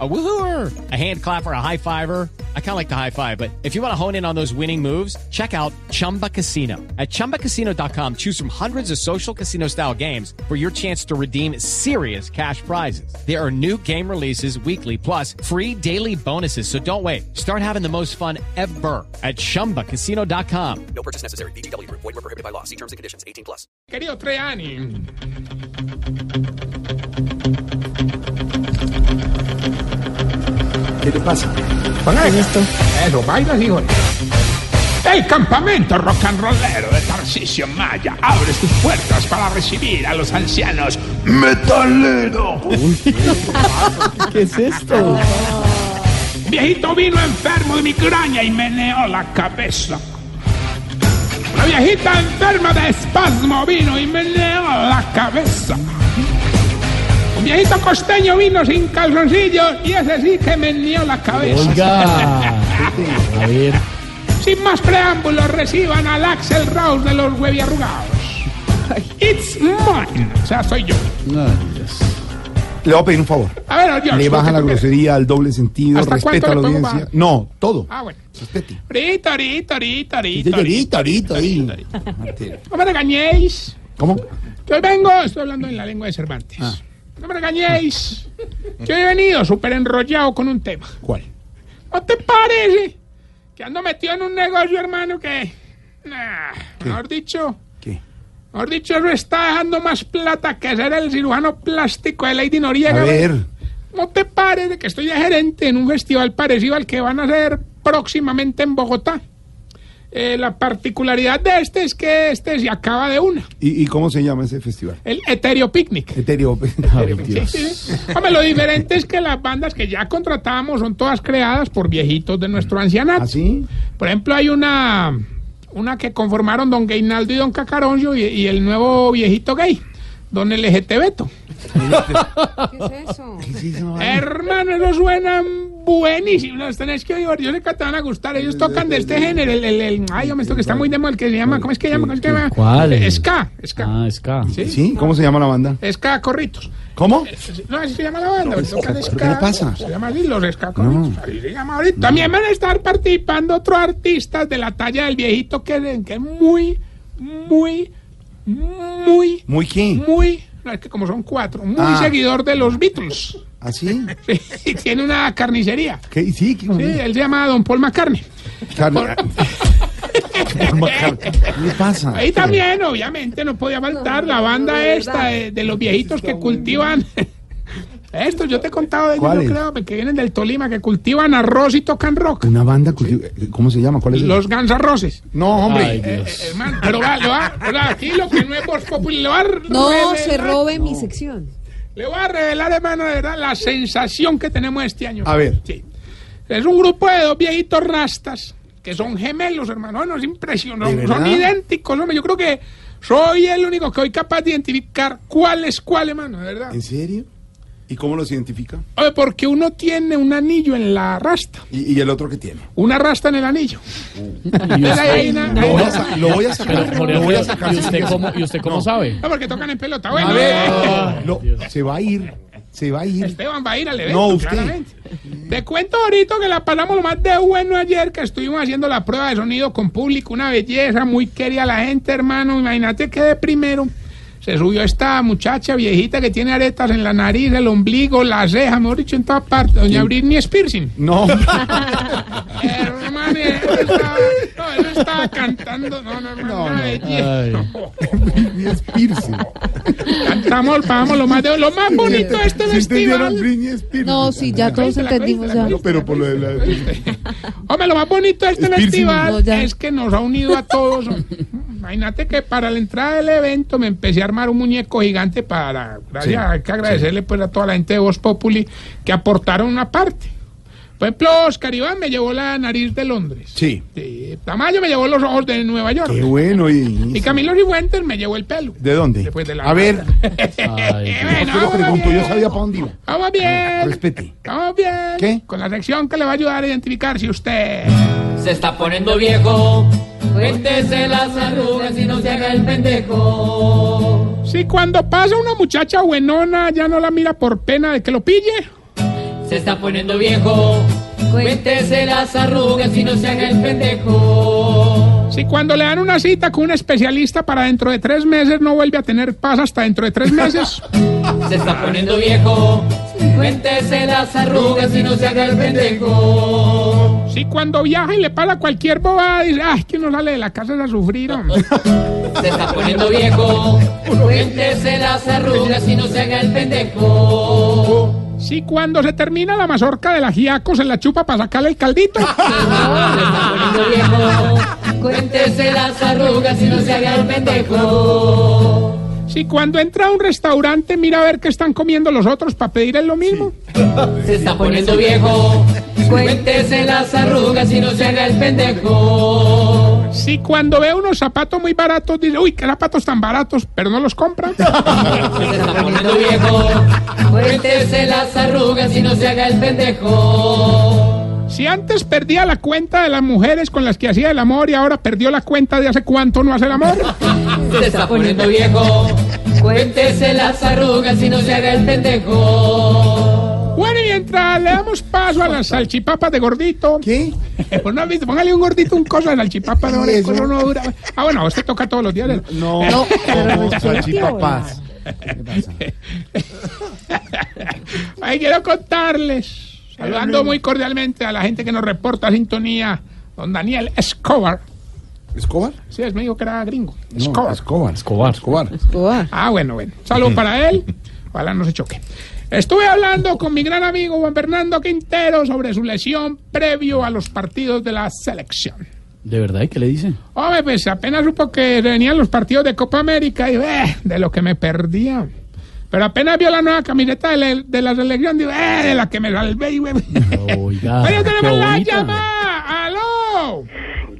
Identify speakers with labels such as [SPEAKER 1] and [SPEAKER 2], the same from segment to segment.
[SPEAKER 1] A woohooer, a hand clapper, a high fiver. I kind of like the high five, but if you want to hone in on those winning moves, check out Chumba Casino. At chumbacasino.com, choose from hundreds of social casino style games for your chance to redeem serious cash prizes. There are new game releases weekly, plus free daily bonuses. So don't wait. Start having the most fun ever at chumbacasino.com.
[SPEAKER 2] No purchase necessary. BGW. Void were prohibited by law. See terms and conditions. 18 plus.
[SPEAKER 3] Querido Treani,
[SPEAKER 4] ¿Qué te pasa?
[SPEAKER 3] ponga esto. Eso, bailas, hijo. El campamento rock and rollero de Tarcisio Maya abre sus puertas para recibir a los ancianos metalero.
[SPEAKER 4] ¿Qué es esto?
[SPEAKER 3] Viejito vino enfermo de migraña y meneó la cabeza. Una viejita enferma de espasmo vino y meneó la cabeza. Un viejito costeño vino sin calzoncillos y ese sí que meneó la cabeza.
[SPEAKER 4] Oiga. A ver.
[SPEAKER 3] Sin más preámbulos, reciban al Axel Rose de los hueviarrugados. It's mine. O sea, soy yo.
[SPEAKER 4] Le voy a pedir un favor.
[SPEAKER 3] A ver, George,
[SPEAKER 4] Le
[SPEAKER 3] lo
[SPEAKER 4] baja
[SPEAKER 3] que
[SPEAKER 4] la
[SPEAKER 3] tú quieras.
[SPEAKER 4] grosería, al doble sentido,
[SPEAKER 3] ¿Hasta
[SPEAKER 4] respeta a la
[SPEAKER 3] cuánto le pongo
[SPEAKER 4] audiencia.
[SPEAKER 3] más?
[SPEAKER 4] No, todo.
[SPEAKER 3] Ah, bueno.
[SPEAKER 4] Respete.
[SPEAKER 3] Rita, rita, rita, rita,
[SPEAKER 4] Ahorita,
[SPEAKER 3] rita.
[SPEAKER 4] ahorita, ahorita.
[SPEAKER 3] No me regañéis.
[SPEAKER 4] ¿Cómo?
[SPEAKER 3] Yo hoy vengo, estoy hablando en la lengua de Cervantes.
[SPEAKER 4] Ah.
[SPEAKER 3] No me regañéis. Yo he venido súper enrollado con un tema.
[SPEAKER 4] ¿Cuál?
[SPEAKER 3] ¿No te parece? Que ando metido en un negocio, hermano, que... Nah, mejor dicho,
[SPEAKER 4] ¿Qué?
[SPEAKER 3] mejor dicho, eso está dejando más plata que ser el cirujano plástico de Lady Noriega.
[SPEAKER 4] A ver.
[SPEAKER 3] ¿No te parece que estoy de gerente en un festival parecido al que van a hacer próximamente en Bogotá? Eh, la particularidad de este es que este se acaba de una,
[SPEAKER 4] ¿Y, y cómo se llama ese festival?
[SPEAKER 3] el Etéreo Picnic.
[SPEAKER 4] Etéreo. Ah, Ay, Dios.
[SPEAKER 3] Sí, sí. Hombre, lo diferente es que las bandas que ya contratábamos son todas creadas por viejitos de nuestro ancianato.
[SPEAKER 4] ¿Así?
[SPEAKER 3] Por ejemplo, hay una, una que conformaron don Gainaldo y don Cacaroncio y, y el nuevo viejito gay, don LGT Beto. Eh. Hermano, esos suenan buenísimos. Los tenés que oír. Yo sé que te van a gustar. Ellos tocan de este género. El, el, el- ay, hombre, esto que está muy de moda, el que se llama. ¿Cómo es que llama? ¿Cómo es que llama?
[SPEAKER 5] ¿Cuál?
[SPEAKER 3] Eh, Ska. Ska.
[SPEAKER 5] Ah, es K.
[SPEAKER 3] ¿Sí?
[SPEAKER 4] ¿Sí? ¿Cómo se llama la banda?
[SPEAKER 3] Ska Corritos.
[SPEAKER 4] ¿Cómo?
[SPEAKER 3] No, así se llama la banda. tocan ska.
[SPEAKER 4] ¿qué le pasa?
[SPEAKER 3] Se llama así, los ska Corritos. Así se llama ahorita. También van a estar participando otros artistas de la talla del viejito que, que es muy, muy, muy,
[SPEAKER 4] ¿Muy qué?
[SPEAKER 3] muy. No, es que como son cuatro, muy
[SPEAKER 4] Ah.
[SPEAKER 3] seguidor de los Beatles.
[SPEAKER 4] ¿Así?
[SPEAKER 3] y tiene una carnicería.
[SPEAKER 4] ¿Ah, ¿Qué? ¿Sí? ¿Qué?
[SPEAKER 3] Sí, él se llama Don Paul McCartney.
[SPEAKER 4] Carne- ¿Qué le pasa?
[SPEAKER 3] Ahí también, obviamente, no podía faltar la banda esta de, de los viejitos que cultivan. Estos, yo te he contado de ellos,
[SPEAKER 4] ¿Cuáles?
[SPEAKER 3] yo creo, que vienen del Tolima, que cultivan arroz y tocan rock.
[SPEAKER 4] Una banda. culti- ¿Cómo se llama? ¿Cuál es? el-
[SPEAKER 3] Los gansarroces.
[SPEAKER 4] No, hombre.
[SPEAKER 5] Ay,
[SPEAKER 3] Eh,
[SPEAKER 5] Dios.
[SPEAKER 3] hermano, pero va, lo va, o sea, aquí lo que no es Voz Populi, le va a
[SPEAKER 6] No
[SPEAKER 3] revelar-
[SPEAKER 6] se robe mi sección.
[SPEAKER 3] Le voy a revelar, hermano, de verdad, la sensación que tenemos este año.
[SPEAKER 4] A ver.
[SPEAKER 3] Sí. Es un grupo de dos viejitos rastas que son gemelos, hermano. Bueno, es impresionante.
[SPEAKER 4] ¿De
[SPEAKER 3] Son
[SPEAKER 4] verdad?
[SPEAKER 3] idénticos, hombre. Yo creo que soy el único que hoy capaz de identificar cuál es cuál, hermano, de verdad.
[SPEAKER 4] ¿En serio? ¿Y cómo los identifica?
[SPEAKER 3] Oye, porque uno tiene un anillo en la rasta.
[SPEAKER 4] ¿Y, y el otro que tiene?
[SPEAKER 3] Una rasta en el anillo. Ahí
[SPEAKER 5] ¿Y
[SPEAKER 3] hay
[SPEAKER 5] usted,
[SPEAKER 3] una-
[SPEAKER 4] Lo
[SPEAKER 3] hay
[SPEAKER 4] voy
[SPEAKER 3] una-
[SPEAKER 4] a, sa- lo voy a
[SPEAKER 3] eh,
[SPEAKER 4] sacar.
[SPEAKER 5] pero, por
[SPEAKER 4] lo voy a
[SPEAKER 5] ejemplo,
[SPEAKER 4] sacar.
[SPEAKER 5] ¿y usted
[SPEAKER 4] sí,
[SPEAKER 5] cómo, ¿y usted cómo sabe?
[SPEAKER 3] No, Ah, porque tocan en pelota. Bueno,
[SPEAKER 4] Ah, lo- se va a ir. Se va a ir.
[SPEAKER 3] Esteban va a ir al evento,
[SPEAKER 4] No, usted.
[SPEAKER 3] claramente. Te cuento ahorita que la pasamos lo más de bueno ayer, que estuvimos haciendo la prueba de sonido con público, una belleza, muy querida la gente, hermano. Imagínate que de primero se subió esta muchacha viejita que tiene aretas en la nariz, el ombligo, las cejas, mejor dicho, en todas partes. Doña Britney Spearsing.
[SPEAKER 4] No,
[SPEAKER 3] Hermano, eso estaba, no, eso estaba cantando. No, no, hermano,
[SPEAKER 4] No,
[SPEAKER 3] una
[SPEAKER 4] no.
[SPEAKER 3] belleza.
[SPEAKER 5] Ay.
[SPEAKER 4] Britney Spears.
[SPEAKER 3] Cantamos, pagamos lo más de lo más bonito de este
[SPEAKER 4] ¿Sí entendieron
[SPEAKER 3] festival.
[SPEAKER 4] Britney Spears?
[SPEAKER 6] No, sí, ya todos
[SPEAKER 3] Te la comiste,
[SPEAKER 6] entendimos
[SPEAKER 3] te la
[SPEAKER 6] ya.
[SPEAKER 4] No, pero por lo de la.
[SPEAKER 3] Hombre, lo más bonito de este
[SPEAKER 4] Spears y
[SPEAKER 6] Mundo,
[SPEAKER 3] festival
[SPEAKER 6] ya.
[SPEAKER 3] es que nos ha unido a todos. Imagínate que para la entrada del evento me empecé a armar un muñeco gigante para... Gracias,
[SPEAKER 4] Sí,
[SPEAKER 3] hay que agradecerle pues a toda la gente de Voz Populi que aportaron una parte. Por ejemplo, Oscar Iván me llevó la nariz de Londres.
[SPEAKER 4] Sí.
[SPEAKER 3] Eh, Tamayo me llevó los ojos de Nueva York.
[SPEAKER 4] Qué bueno. Y,
[SPEAKER 3] Y Camilo Rifuentes me llevó el pelo.
[SPEAKER 4] ¿De dónde?
[SPEAKER 3] Después de la-
[SPEAKER 4] a ver,
[SPEAKER 5] Ay,
[SPEAKER 3] Eh,
[SPEAKER 5] Dios.
[SPEAKER 3] bueno,
[SPEAKER 4] yo lo
[SPEAKER 3] vamos
[SPEAKER 4] pregunto. Yo
[SPEAKER 3] bien.
[SPEAKER 4] sabía para dónde iba.
[SPEAKER 3] Vamos bien.
[SPEAKER 4] Respete.
[SPEAKER 3] Vamos bien.
[SPEAKER 4] ¿Qué?
[SPEAKER 3] Con la sección que le va a ayudar a identificar si usted
[SPEAKER 6] se está poniendo viejo. Cuéntese las arrugas y no se haga el pendejo.
[SPEAKER 3] Si cuando pasa una muchacha buenona ya no la mira por pena de que lo pille.
[SPEAKER 6] Se está poniendo viejo. Cuéntese las arrugas y no se haga el pendejo.
[SPEAKER 3] Si cuando le dan una cita con un especialista para dentro de tres meses no vuelve a tener paz hasta dentro de tres meses.
[SPEAKER 6] Se está poniendo viejo. Cuéntese las arrugas y no se haga el pendejo.
[SPEAKER 3] si cuando viaja y le pasa cualquier bobada dice, ay, que no sale de la casa a sufrir. hombre".
[SPEAKER 6] Se está poniendo viejo. Cuéntese las arrugas y no se haga el pendejo.
[SPEAKER 3] si cuando se termina la mazorca del ajiaco se la chupa para sacarle el caldito.
[SPEAKER 6] Se está poniendo viejo. Cuéntese las arrugas y no se haga el pendejo.
[SPEAKER 3] si cuando entra a un restaurante mira a ver qué están comiendo los otros para pedir él lo mismo.
[SPEAKER 6] Se está poniendo viejo. Cuéntese las arrugas y no se haga el pendejo.
[SPEAKER 3] Si cuando ve unos zapatos muy baratos dice, uy, qué zapatos tan baratos, pero no los compra.
[SPEAKER 6] Se está poniendo viejo. Cuéntese las arrugas y no se haga el pendejo.
[SPEAKER 3] Si antes perdía la cuenta de las mujeres con las que hacía el amor y ahora perdió la cuenta de hace cuánto no hace el amor.
[SPEAKER 6] Se está poniendo viejo. Cuéntese las arrugas y no se haga el pendejo.
[SPEAKER 3] Bueno, y mientras le damos paso a las salchipapas de gordito.
[SPEAKER 4] ¿Qué?
[SPEAKER 3] Pues no has visto, póngale un gordito, un coso de salchipapa de
[SPEAKER 4] ¿Y
[SPEAKER 3] orejo,
[SPEAKER 4] eso?
[SPEAKER 3] eso no dura. Ah, bueno, a vos te toca todos los días. el-
[SPEAKER 4] No, no, salchipapás.
[SPEAKER 3] Ay, quiero contarles, saludando muy cordialmente a la gente que nos reporta sintonía, don Daniel Escobar.
[SPEAKER 4] ¿Escobar?
[SPEAKER 3] Sí, es me dijo que era gringo.
[SPEAKER 4] No,
[SPEAKER 3] Escobar.
[SPEAKER 4] Escobar.
[SPEAKER 5] Escobar.
[SPEAKER 4] Escobar.
[SPEAKER 3] Ah, bueno, bueno. Salud para él. Ojalá no se choque. Estuve hablando con mi gran amigo Juan Fernando Quintero sobre su lesión previo a los partidos de la selección.
[SPEAKER 5] ¿De verdad? ¿Y qué le dice?
[SPEAKER 3] Hombre, pues apenas supo que venían los partidos de Copa América y ve, de lo que me perdía. Pero apenas vio la nueva camiseta de la, de la selección, digo, eh, de la que me salvé. Y, güey.
[SPEAKER 5] Oiga,
[SPEAKER 3] Oye,
[SPEAKER 5] qué
[SPEAKER 3] tenemos la
[SPEAKER 5] bonita.
[SPEAKER 3] llamada. ¡Aló!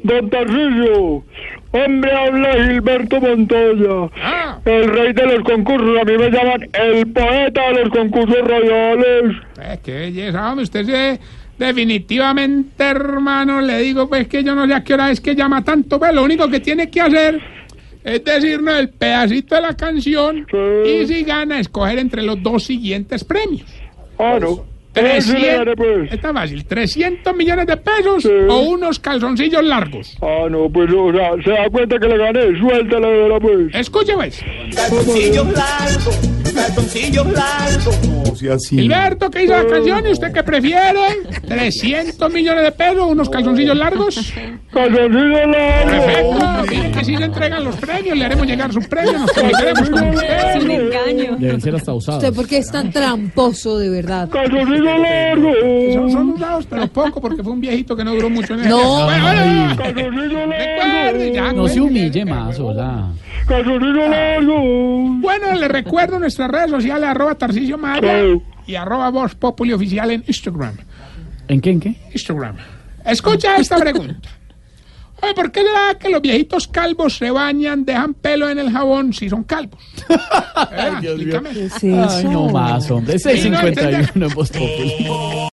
[SPEAKER 7] Don Tarcillo, hombre habla Gilberto Montoya,
[SPEAKER 3] Ah,
[SPEAKER 7] el rey de los concursos, a mí me llaman el poeta de los concursos royales.
[SPEAKER 3] eh, qué belleza, hombre. Usted se- definitivamente, hermano, le digo, pues que yo no sé a qué hora es que llama tanto, pero lo único que tiene que hacer es decirnos el pedacito de la canción y si gana, escoger entre los dos siguientes premios.
[SPEAKER 7] Ah, no. Eh, sí le
[SPEAKER 3] 300,
[SPEAKER 7] daré, pues.
[SPEAKER 3] está fácil, 300 millones de pesos
[SPEAKER 7] Sí.
[SPEAKER 3] o unos calzoncillos largos.
[SPEAKER 7] Ah, no, pues, o sea, se da cuenta que le gané, suéltala de la pues.
[SPEAKER 3] Escuche, pues.
[SPEAKER 8] Calzoncillos largos, calzoncillos largos.
[SPEAKER 4] No, sea así.
[SPEAKER 3] Gilberto, ¿qué hizo la canción? ¿Y usted qué prefiere? ¿300 millones de pesos o unos calzoncillos largos?
[SPEAKER 7] Calzoncillo largo.
[SPEAKER 3] Perfecto.
[SPEAKER 5] Oh.
[SPEAKER 3] Mire que si se entregan los premios, le haremos llegar sus premios, nos comunicaremos con
[SPEAKER 9] Es un
[SPEAKER 3] usted.
[SPEAKER 9] engaño.
[SPEAKER 5] Deben ser hasta usados.
[SPEAKER 10] ¿Usted por qué es tan tramposo de verdad?
[SPEAKER 7] Calzoncillo largo.
[SPEAKER 3] Son, son usados, pero poco, porque fue un viejito que no duró mucho en el...
[SPEAKER 10] No.
[SPEAKER 3] Bueno, bueno, bueno.
[SPEAKER 7] Calzoncillo
[SPEAKER 3] Recuerde, ya, Ah.
[SPEAKER 7] largo.
[SPEAKER 5] No se humille más, hola.
[SPEAKER 7] Calzoncillo largo.
[SPEAKER 3] Bueno, les recuerdo nuestras redes sociales, arroba Tarcisio Maya y arroba Voz Populi Oficial en Instagram.
[SPEAKER 5] ¿En qué, en qué?
[SPEAKER 3] Instagram. Escucha esta pregunta. Oye, ¿por qué será que los viejitos calvos se bañan, dejan pelo en el jabón si son calvos? Ay,
[SPEAKER 10] ¿Qué es eso?
[SPEAKER 5] No más, hombre.
[SPEAKER 3] Sí, no,
[SPEAKER 5] 651 en Voz Populi.